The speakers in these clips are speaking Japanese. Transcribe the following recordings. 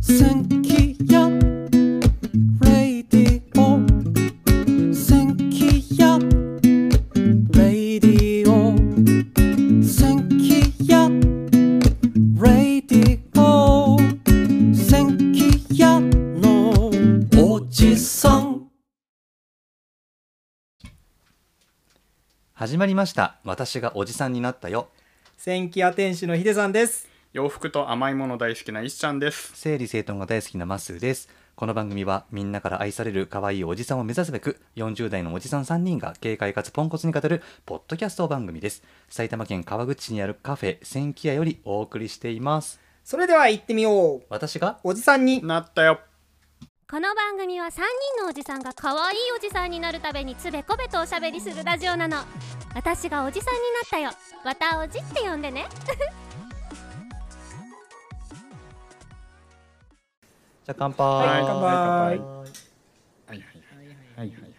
千切やレイディオ千切やレイディオ千切やレイディオ千切やのおじさん始まりました私がおじさんになったよ千キ屋店主のヒデさんです。洋服と甘いもの大好きなイシちゃんです整理整頓が大好きなマッスーですこの番組はみんなから愛される可愛いおじさんを目指すべく40代のおじさん3人が軽快かつポンコツに語るポッドキャスト番組です埼玉県川口市にあるカフェ千キ屋よりお送りしていますそれでは行ってみよう。私がおじさんに。なったよこの番組は3人のおじさんが可愛いおじさんになるためにつべこべとおしゃべりするラジオなの私がおじさんになったよわたおじって呼んでね じゃあ乾はい杯乾はい杯。はいはいはいはいはい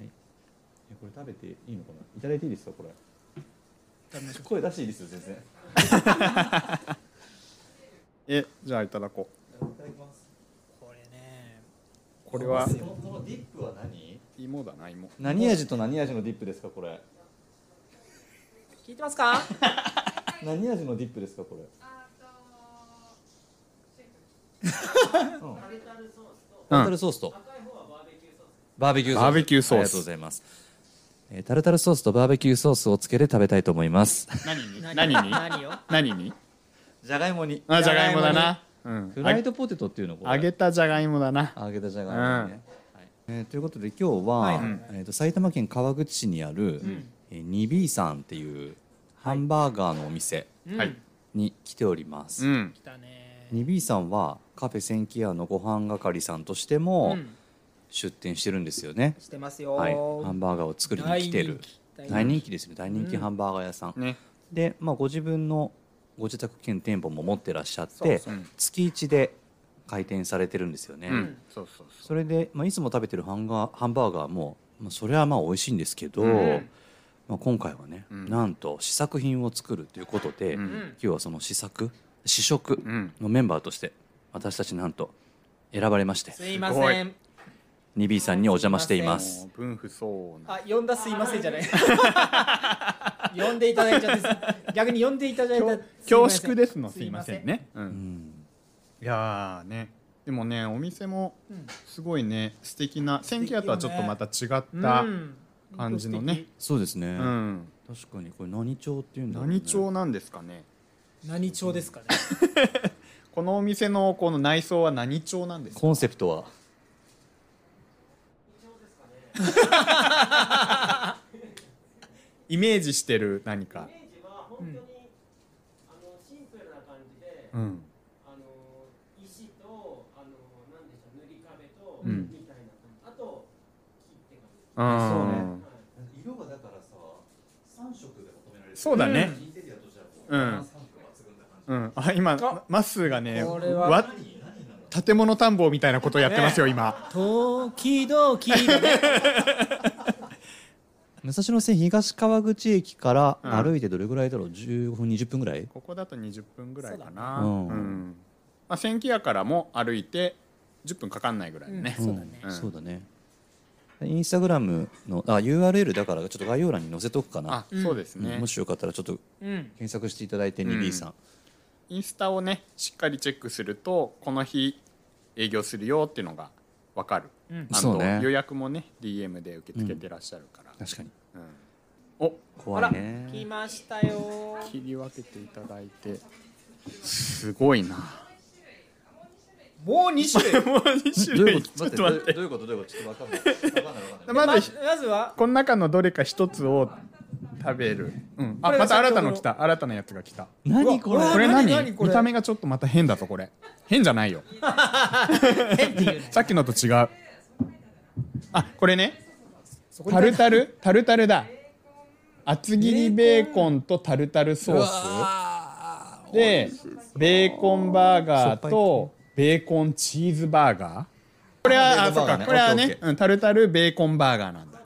えこれ食べていいのかないただいていいですかこれ声出していいですよ全然えじゃあいただこうこれね。これはこのディップは何芋だな芋何味と何味のディップですかこれ聞いてますか？何味のディップですかこれタルタうんルソースとバーベキューソースバーベキューソあースりがとうございますえータルタルソースとバーベキューソースをつけて食べたいと思います何に何に何よ？何にじゃがいもにあじゃがいもだなうんフライドポテトっていうのこれ揚げたじゃがいもだな揚げたじゃがいもね、はいえーということで今日は、えー、と埼玉県川口市にある、えー、2B さんっていうハンバーガーのお店はいに来ております、うんだね。 2B さんはカフェ千キアのご飯係さんとしてもうん出店してるんですよね、してますよ。はい、ハンバーガーを作りに来てる大人大気人気ですね大人気ハンバーガー屋さん、ねで、まあ、ご自分のご自宅兼店舗も持ってらっしゃってそうそう月1で開店されてるんですよね、うんそうそうそそれで、まあ、いつも食べてるハンガーハンバーガーも、まあ、それはまあ美味しいんですけど、うんまあ、今回はね、んなんと試作品を作るということで、うん今日はその試作試食ううんのメンバーとして私たちなんと選ばれましてすいまごせいん。 2B さんにお邪魔していまもすう分不相応なあ、呼んだすいませんじゃない。 呼んでいただいちゃって、逆に呼んでいただいた。恐縮ですのすいません。ねううんんいやーねでもねお店もうんすごいね素敵な千キ屋とはちょっとまた違ったうん。感じのねそうですね、うん確かにこれ何町っていうんだろう、ね、何調なんですかね何調ですかね。このお店のこの内装は何調なんですかコンセプトはイメージしてる何かイメージは本当に、あのシンプルな感じで、うんあの石とあのなんでしょう塗り壁と、うんみたいな感じあと木って感じあーそう色がだからさ3色で求められるそうだねインテリアとじゃうんうんあ今まっすーがねこれはわ建物探訪みたいなことをやってますよ今時々ね。武蔵野線東川口駅からうん歩いてどれぐらいだろう、15分20分ぐらいここだと20分ぐらいそかなううだねうんんまあ千木屋からも歩いて10分かかんないぐらいねそうだねうんそうだねインスタグラムのあ URL だからちょっと概要欄に載せとくかなあ、そうですうんねもしよかったらちょっとうん。検索していただいてうん 2B さん、インスタをねしっかりチェックするとこの日営業するよっていうのがわかるうんあそうとね予約もね DM で受け付けてらっしゃるから確かにうんお怖い来ねましたよ。切り分けていただいてすごいなもう二種類。 もう2種どういう類こちとょっ待っと待っててどういうことどういうことちょっとわかんないわかんないわかんないままずまずはこの中のどれか一つを食べる、うん、あこれがまた新先ほたどなの来た新たなやつが来た何これうわこれ何何これ見た目がちょっとまた変だぞこれ変じゃないよ さっきのと違うあこれねそこにタルタルタルタルだ厚切りベーコンとタルタルソースでベーコンバーガーとベーコンチーズバーガーこれはあベーコンそうバーガーかねこれはオッケーオッねケうんタルタルベーコンバーガーなんだ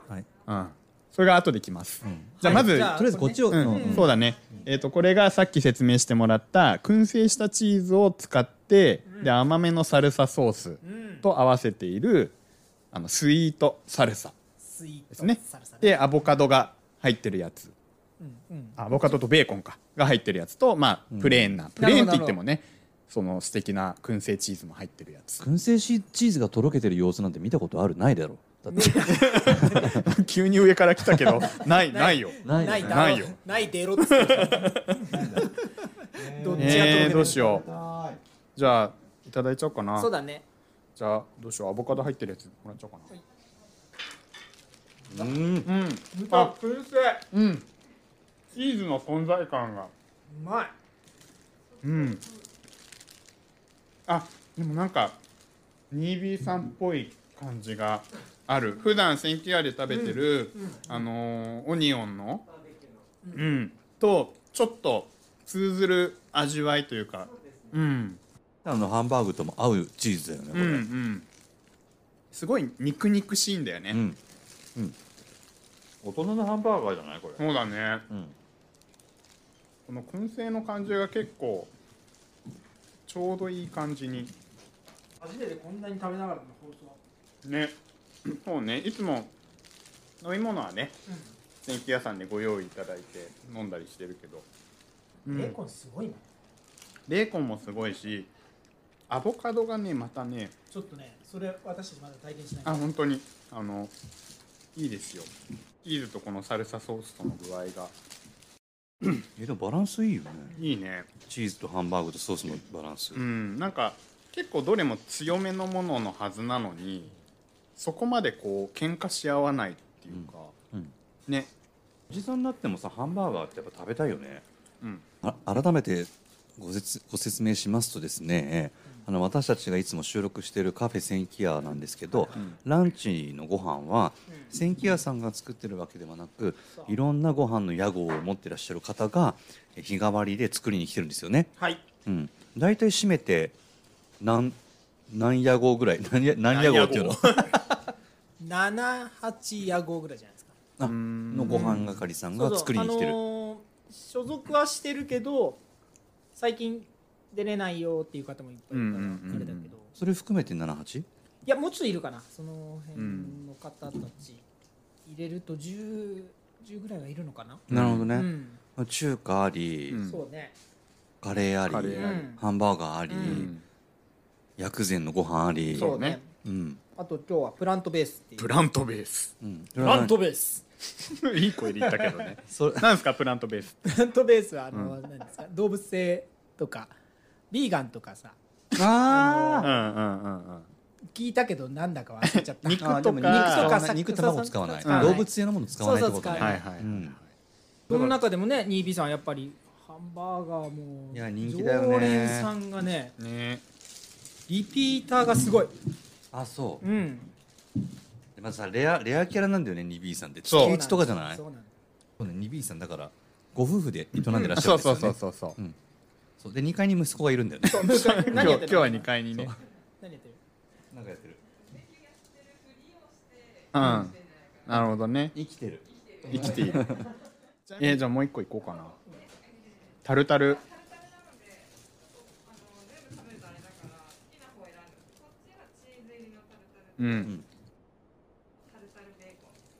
うん、それが後できます、じゃあまず、じゃとりあえずこっちを、うんそうだね、えー、とこれがさっき説明してもらった燻製したチーズを使って、で甘めのサルサソースと合わせているあのスイートサルサスイーでトすねサルサでアボカドが入ってるやつうんうんアボカドとベーコンかが入ってるやつとまあプレーンな、プレーンって言ってもねその素敵な燻製チーズも入ってるやつ 燻製チーズがとろけてる様子なんて見たことあるないだろうだ って急に上から来たけどないないよないないだろないよないでろっつってたどっちがえー、どうしよようじゃあいただいちゃおうかなそうだねじゃあどうしようアボカド入ってるやつもらっちゃおうかなうんあ燻製うんチーズの存在感がうまいうんあでもなんか 2B さんっぽい感じがある普段センキュアで食べてる、あのーオニオンのうんとちょっと通ずる味わいというかうんあのハンバーグとも合うチーズだよねこうんれ、うんすごい肉肉しいんだよね、うん大人のハンバーガーじゃないこれそうだね、んこの燻製の感じが結構ちょうどいい感じに初めてこんなに食べながらの放送ねそうねいつも飲み物はね電気屋さんでご用意いただいて飲んだりしてるけど、うんベーコンすごいなベーコンもすごいしアボカドがねまたねちょっとねそれ私たちまだ体験しないあ本当にあのいいですよチーズとこのサルサソースとの具合がえでもバランスいいよねいいねチーズとハンバーグとソースのバランス、うんなんか結構どれも強めのもののはずなのにそこまでこう喧嘩し合わないっていうか、うんうんねおじさんになってもさハンバーガーってやっぱ食べたいよねうんあ改めてご説ご説明しますとですね、あの私たちがいつも収録しているカフェセンキアなんですけど、ランチのご飯は、センキアさんが作ってるわけではなくいろんなご飯の屋号を持ってらっしゃる方がえ日替わりで作りに来てるんですよね。はいうん、大体締めて何何屋号ぐらい 何や何屋号っていうの78や5ぐらいじゃないですかあのご飯係さんが作りに来てる。あのー所属はしてるけど最近出れないよっていう方もいっぱいいるから、うんうんうんうんあれだけどそれ含めて 78? いやもうちょっといるかなその辺の方たち入れると 10, 10ぐらいはいるのかな、なるほどうね、ん、中華あり、うんそうね、カレーありカレーありうんハンバーガーあり、うん薬膳のご飯ありそうねねうんあと今日はプラントベースっていうプラントベースうんプラントベース いい声で言ったけどねそれなんですかプラントベースプラントベースはあの、何ですか動物性とかビーガンとかさあうんうんうんうん聞いたけどなんだか忘れちゃった肉とかあでも肉肉とかさ肉卵使わない使わない動物性のもの使わないってことそうそう使わねなはいいはうい、んその中でもね 2B さんやっぱりハンバーガーもいや人気だよね常連さんがねねリピーターがすごいあそううんでまずさレアレアキャラなんだよね 2B さんってそう月一とかじゃないそうそんですうね 2B さんだからご夫婦で営んでらっしゃそるんうですそよねうそうそうそうそうで2階に息子がいるんだよねそうなんです今何日やっ今てる日は2階にね何やってるなんかやってるうんなるほどね生きてる生きている えー、じゃあもう一個いこうかなタルタルうん、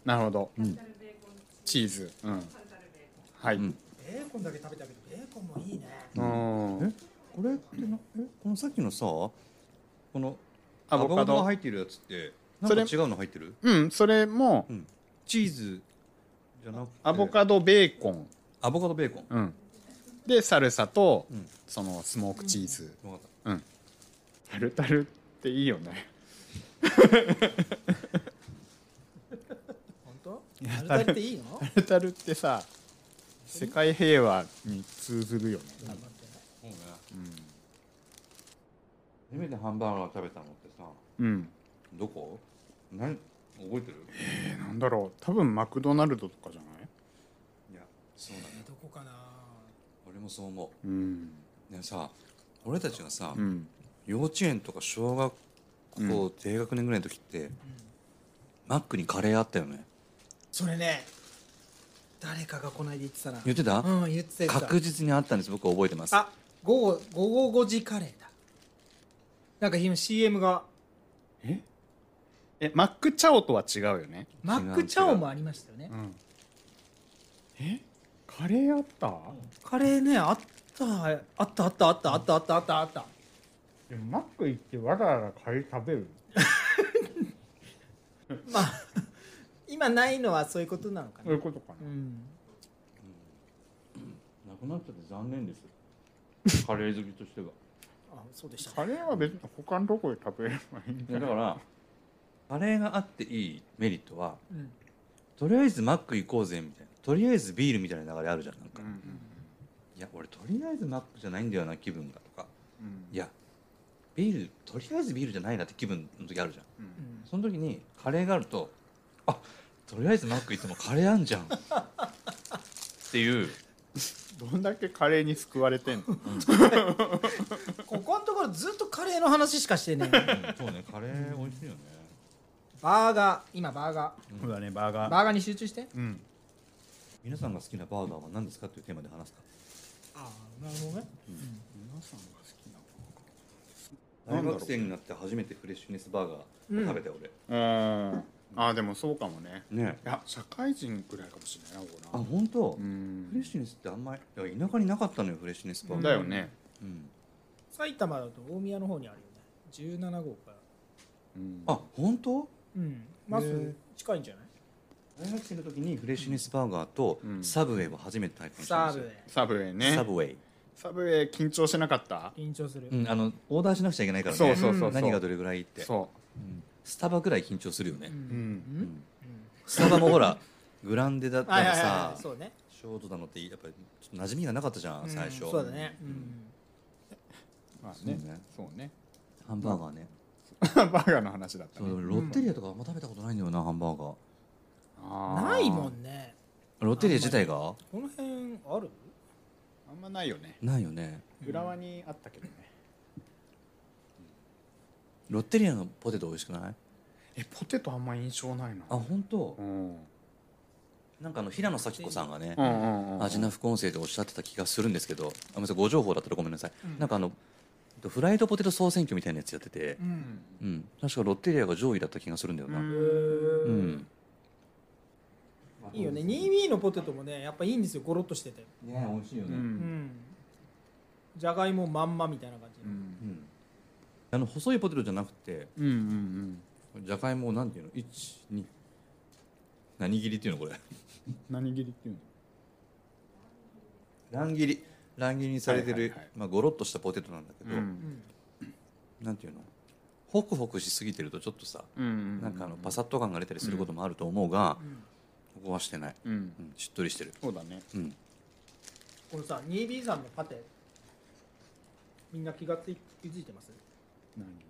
なるほど、チーズ、うん、はい、んベーコンだけ食べたけどベーコンもいいねうんえこれってなえこのさっきのさこのアアボボカカドドが入ってるやつってなんそれか違うの入ってるうん、それもうんチーズじゃなくてアボカドベーコン、アボカドベーコンうん、でサルサと、んそのスモークチーズ、わかったタルタルっていいよね本当あれだっていいのタルタルってさ世界平和に通ずるよねそうね、初めてハンバーガー食べたのってさうんどこ何覚えてるえなんだろう多分マクドナルドとかじゃないいやそうだねどこかな俺もそう思うんうでもさ俺たちがさ、うん幼稚園とか小学校、う低学年ぐらいの時って、マックにカレーあったよねそれね誰かがこないで言ってたな言ってたうん言ってた確実にあったんです僕覚えてますあ午後午後5時カレーだなんか今 CM がええマックチャオとは違うよね、マックチャオもありましたよねうん、えカレーあった、カレーねあったあったあったあったあったあったあったあったでもマック行ってわらわらカレー食べるまあ今ないのはそういうことなのかそういなうことかうな、んなくなっちゃって残念です。カレー好きとしては。あそうでしたカレーは別に他のとこで食べればいいんいじやゃだなかいらカレーがあっていいメリットはうんとりあえずマック行こうぜみたいなとりあえずビールみたいな流れあるじゃんなんか、うんいや俺とりあえずマックじゃないんだよな気分がとかうんうんいやビールとりあえずビールじゃないなって気分の時あるじゃんうんうんその時にカレーがあるとあとりあえずマック行ってもカレーあんじゃんっていう どんだけカレーに救われてんのここのところずっとカレーの話しかしてねうんそうねカレー美味しいよねバーガー今バーガそうだねバーガーーバーガーに集中してうん皆さんが好きなバーガーは何ですかっていうテーマで話すかああなるほどね皆さんが好きな大なんだろう学生になって初めてフレッシュネスバーガーを食べたよ俺、うんあーでもそうかもねねいや社会人ぐらいかもしれないなあこ本当、れなうんフレッシュネスってあんまりいや田舎になかったのよフレッシュネスバーガーだよねうん埼玉だと大宮の方にあるよね17号からうんあ本当うんまへずえ近いんじゃない大学生の時にフレッシュネスバーガーとうんサブウェイを初めて体験したんサですーよ、ブでサブウェイねサブウェイ、サブウェイ緊張してなかった緊張するうん、あのオーダーしなくちゃいけないからねそうそうそうそう何がどれぐらいってそうんスタバくらい緊張するよね、うううんんうんスタバもほらグランデだったはいらはいはさいそうねショートなのってやっぱりちょっと馴染みがなかったじゃん、うん最初そうだねうんまあそうねねそうね ハンバーガーね、バーガーの話だったそうね俺ロッテリアとかあんま食べたことないんだよなハンバーガーあーないもんねロッテリア自体がこの辺あるあんまないよねないよね浦和にあったけどねロッテリアのポテト美味しくないえポテトあんま印象ないなあ本当うんなんかあの平野咲子さんがねうんうんうんアジナ副音声でおっしゃってた気がするんですけどあごめんなさいご情報だったらごめんなさい、うんなんかあのフライドポテト総選挙みたいなやつやっててう、んうん確かロッテリアが上位だった気がするんだよな、ううんんいいよね22のポテトもねやっぱいいんですよゴロッとしててね美味しいよううんんじゃがいもまんまみたいな感じうんあの細いポテトじゃなくてうんうんじゃがいもをなんていうの12何切りっていうのこれ何切りっていうの乱切り乱切りにされてる、はいはいはいまあ、ゴロッとしたポテトなんだけど、うんなんていうのホクホクしすぎてるとちょっとさうんなんかあのパサッと感が出たりすることもあると思うが、んここはしてない、うんうん、しっとりしてる、そうだねうん、このさ 2B さんのパテみんな気がつい気づいてます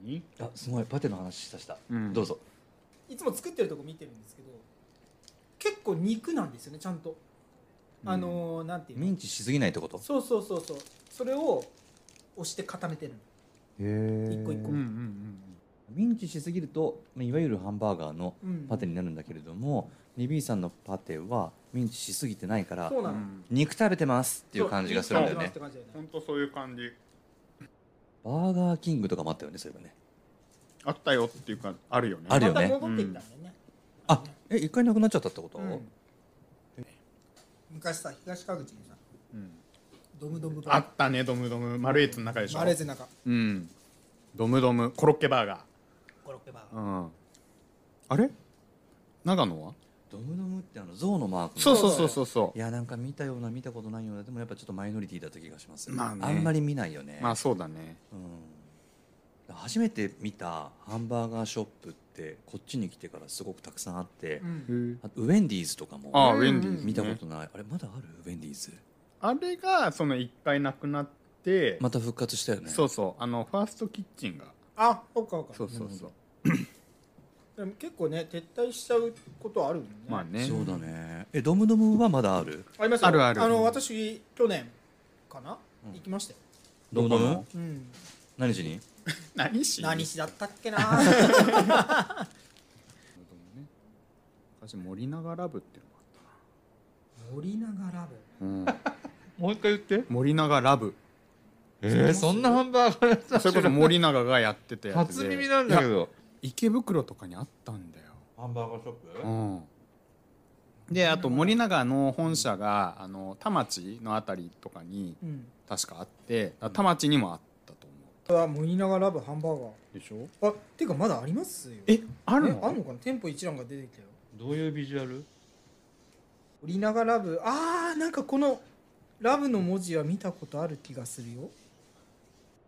何あすごいパテの話したした、うんどうぞいつも作ってるとこ見てるんですけど結構肉なんですよねちゃんとあのーなんていうのミンチしすぎないってことそうそうそうそうそれを押して固めてるの一個一個うんうんうんミンチしすぎるとまあいわゆるハンバーガーのうんパテになるんだけれども、2B さんのパテはミンチしすぎてないからそうなうのん肉食べてますっていう感じがするんだよねそう肉食べてますって感じだよね本当そういう感じバーガーキングとかもあったよねそういえばねあったよっていうかあるよねあるよねまた戻ってきたんだよね、あえ一回なくなっちゃったってこと、うん昔さ東川口にさうんドムドムあバーったねドムドム丸いやつの中でしょマレーズの中うんドムドムコロッケバーガコロッケバーガーーうんあれ長野はドムドムってあの象のマークのそうそうそうそうそいやなんか見たような見たことないようなでもやっぱちょっとマイノリティだった気がします、まあねんまり見ないよね、うまあそうだねうん、初めて見たハンバーガーショップってこっちに来てからすごくたくさんあって、うんああとウェンディーズとかもあうんウェンディーズね見たことない、あれまだあるウェンディーズあれがその一回なくなってまた復活したよねそうそうあのファーストキッチンがあそっかそっかそうそうそうでも結構ね撤退しちゃうことあるよね、まあねそうだねえドムドムはまだあるありますよあるあるあの私去年かな、行きましたよ、ドムドどムこうん、何時に何し何しだったっけな昔昔森永ラブっていうのがあったな森永ラブもう一回言って。 森永ラブえー、そんなハンバーガー屋さん それこそ森永がやってたやつ初で耳なんだけいやど。池袋とかにあったんだよハンバーガーショップうん、であと森永の本社があの田町のあたりとかにうん確かあってあ田町にもあったとう思わ森永ラブハンバーガうでしょーあていうかまだありますよえああるあのんのかな店舗一覧が出てきたよどういうビジュアル森永ラブあーなんかこのラブの文字は見たことある気がするよ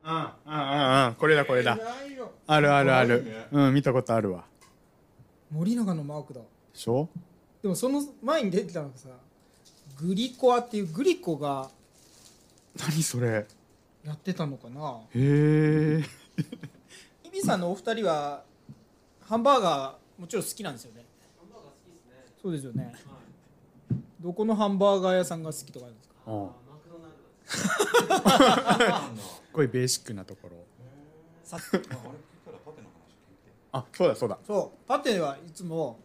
ああああこれだこれだないよあるあるあるうん見たことあるわ森永のマークだでしょでもその前に出てたのがさグリコアっていうグリコが何それへやってたのかなえイビさんのお二人はハンバーガーもちろん好きなんですよねハンバーガー好きですねそうですよね、どこのハンバーガー屋さんが好きとかあるんですかこれベーシックなところさあそうだそうだそうパテはいつも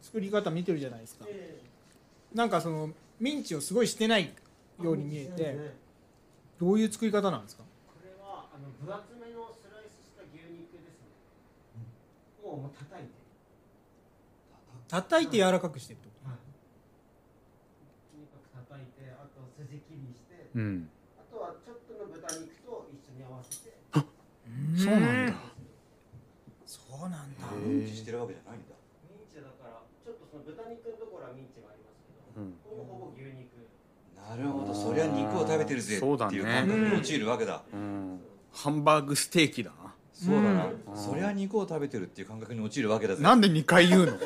作り方見てるじゃないですか、なんかそのミンチをすごいしてないように見えて、どういう作り方なんですかこれはあの分厚めのスライスした牛肉ですね、をもう叩いて叩いて柔らかくしてるってことにかく叩いてあと筋切りにしてうんあとはちょっとの豚肉と一緒に合わせてとそうなんだそうなんだ認知してるわけじゃないんだミンチだからちょっとその豚肉のところはミンチがありますけど、うんほぼほぼ牛肉なるほどそりゃ肉を食べてるぜっていそううだ感ね覚に陥るわけだうんハンバーグステーキだなそうだなうんそりゃ肉を食べてるっていう感覚に陥るわけだぜなんで2回 言うの印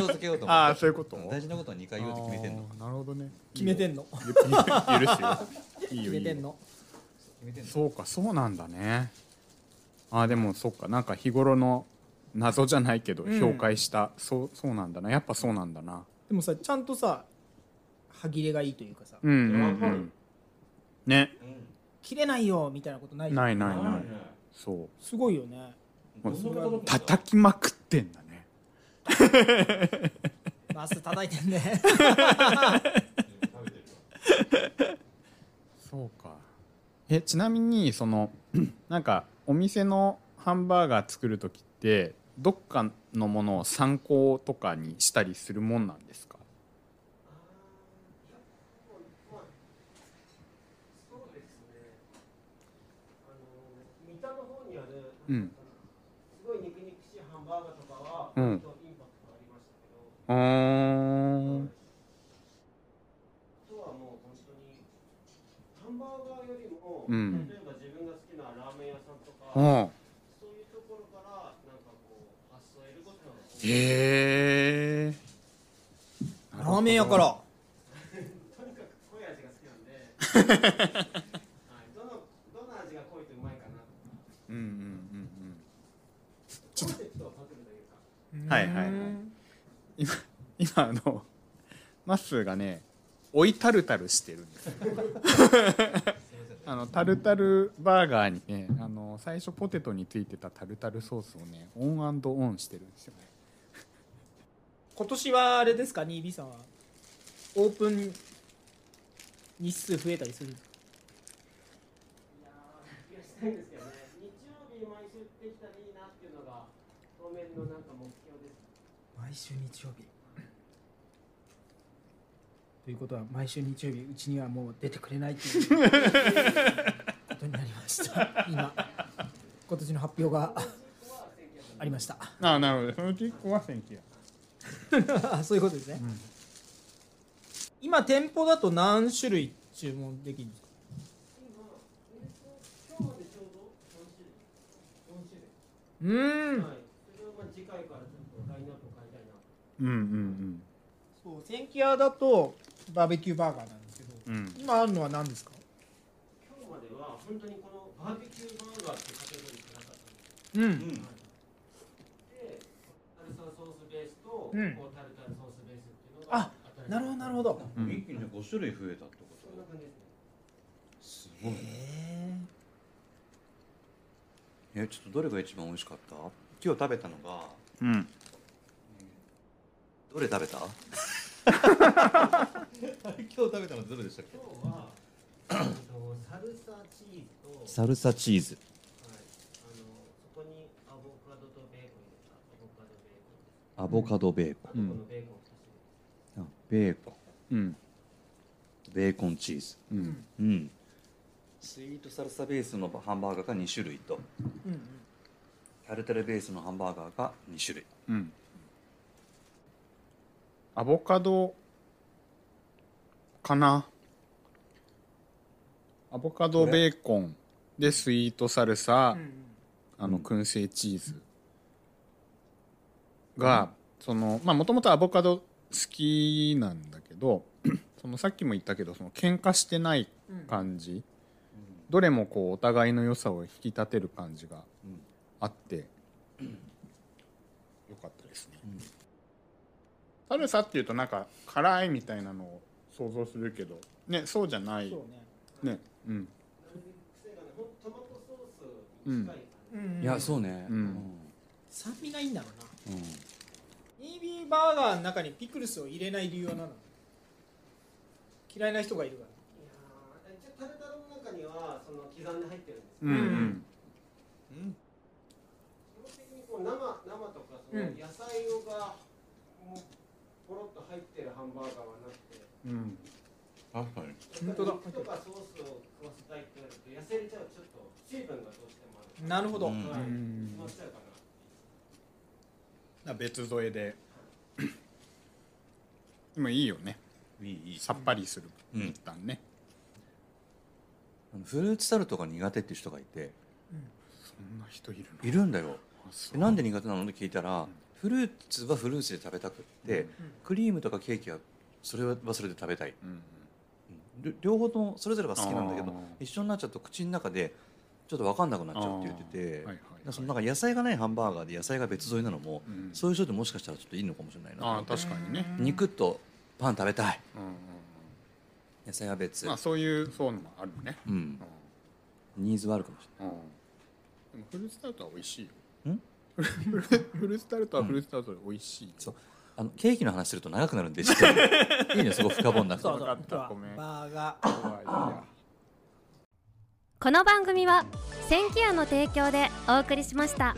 象付けようと思ってああそういうこと大事なことは2回言うって決めてんのあーなるほどね決めてんのゆ許 すよいい決よめいいてんよの決めてんのそうかそうなんだねあーでもそっかなんか日頃の謎じゃないけどうん評価した、そうそうなんだなやっぱそうなんだなでもさちゃんとさ歯切れがいいというかさうんうんわうかるんね切れないよみたいなことないじゃんないないないそすごいよねうもどんうなこと叩きまくってんだねマス叩いてんねそうかえちなみにその なんかお店のハンバーガー作る時ってどっかのものを参考とかにしたりするもんなんですかそうですねあの三田の方にあるうんすごい肉肉しいハンバーガーとかは、うんちょっとインパクトありましたけどあうーんとはもう本当にハンバーガーよりも、うん例えば自分が好きなラーメン屋さんとか、うんそういうところからなんかこう発想を得ることが多いへえラーメン屋からとにかく濃い味が好きなんで、はい、どのどの味が濃いとうまいかなとかうんうんうんコンセプトを立てるというかうんはいはいはい今今あのまっすーがね追いタルタルしてるんです よあのタルタルバーガーにねあの最初ポテトについてたタルタルソースをねオンオンしてるんですよね今年はあれですか 2B さんはオープン日数増えたりするいやー増やしたいんですけどね日曜日毎週できたらいいなっていうのが当面のなんか目標です毎週日曜日ということは毎週日曜日うちにはもう出てくれないということになりました今今年の発表がありました ああなるほどそのキックは千切やそういうことですね、今店舗だと何種類注文できるんですか今日までちょうど4種類4種類うーんはいそれをまあ次回からちょっとラインナップを変えたいなうんうんそう千キ屋だとバーベキューバーガーなんですけどうんうん今あるのは何ですか今日までは本当にこのバーベキューバーガーっていうカテゴリーじゃなかったんですうんでタルサソースベースと、うんこうタルタルソースベースっていうのあが新しいなるほどなるほどうん一気に5種類増えたってこそんな感じですすねごいねええちょっとどれが一番美味しかった今日食べたのがうんどれ食べ た今日食べたのどれでしたっけは、えっとサルサチーズと、はい、あのそサルサチーズこにアボカドとベーコンですか。アボアボカカドベーコンです。ドベーコあうとんこのベーコン二種ンあベ類。ーコンうんベーコンチーズうんうんスイートサルサベースのハンバーガーが2種類とうんうんタルタルベースのハンバーガーが2種類うんアボカドかなアボカドベーコンでスイートサルサ、うんあの燻製チーズが、そのまあもともとアボカド好きなんだけど そのさっきも言ったけどその喧嘩してないうん感じ、どれもこうお互いの良さを引き立てる感じがうんあって、よかったですね、サルサっていうとなんか辛いみたいなのを想像するけどねそうじゃないそうねねうんうんうんいやそうねうん酸味がいいんだろうなうんうんイービーバーガーの中にピクルスを入れない理由は何なの嫌いな人がいるからいやー一応タルタルの中にはその刻んで入ってるんですけうんうんど、基本的にこう生生とかそのうん野菜がもうポロッと入ってるハンバーガーはなくて、うん確かに本当だ肉とかソースを食わせたいってなると痩せれちゃうとちょっと水分がどうしてもある。なるほど、うんはい。ん詰まっちゃうかな。な別添え ででもいいよねいいいいさっぱりする、うん一旦ねあのフルーツサルトが苦手っていう人がいてそんな人いるのいるんだよあそでうなんで苦手なのって聞いたらフルーツはフルーツで食べたくって、うんクリームとかケーキはそれはそれで食べたい、うんうんりょ両方ともそれぞれが好きなんだけどあー一緒になっちゃうと口の中でちょっと分かんなくなっちゃうって言ってて、あーはいはいはいだからそのなんか野菜がないハンバーガーで野菜が別添えなのも、うんそういう人でもしかしたらちょっといいのかもしれないなとあ思あって確かにね、肉とパン食べたいうんうんうん野菜は別、まあそういうそういうのもあるね、うんうん、ニーズはあるかもしうんでもフルーツタルトは美味しいよんフルフルーツタルトはフルーツタルトで美味しい、そうれないあのケーキの話すると長くなるんでちょっ といいねすごい深掘んなくてそうわそうかあったとはごめんバーガー怖いやこの番組は「千キヤの提供でお送りしました。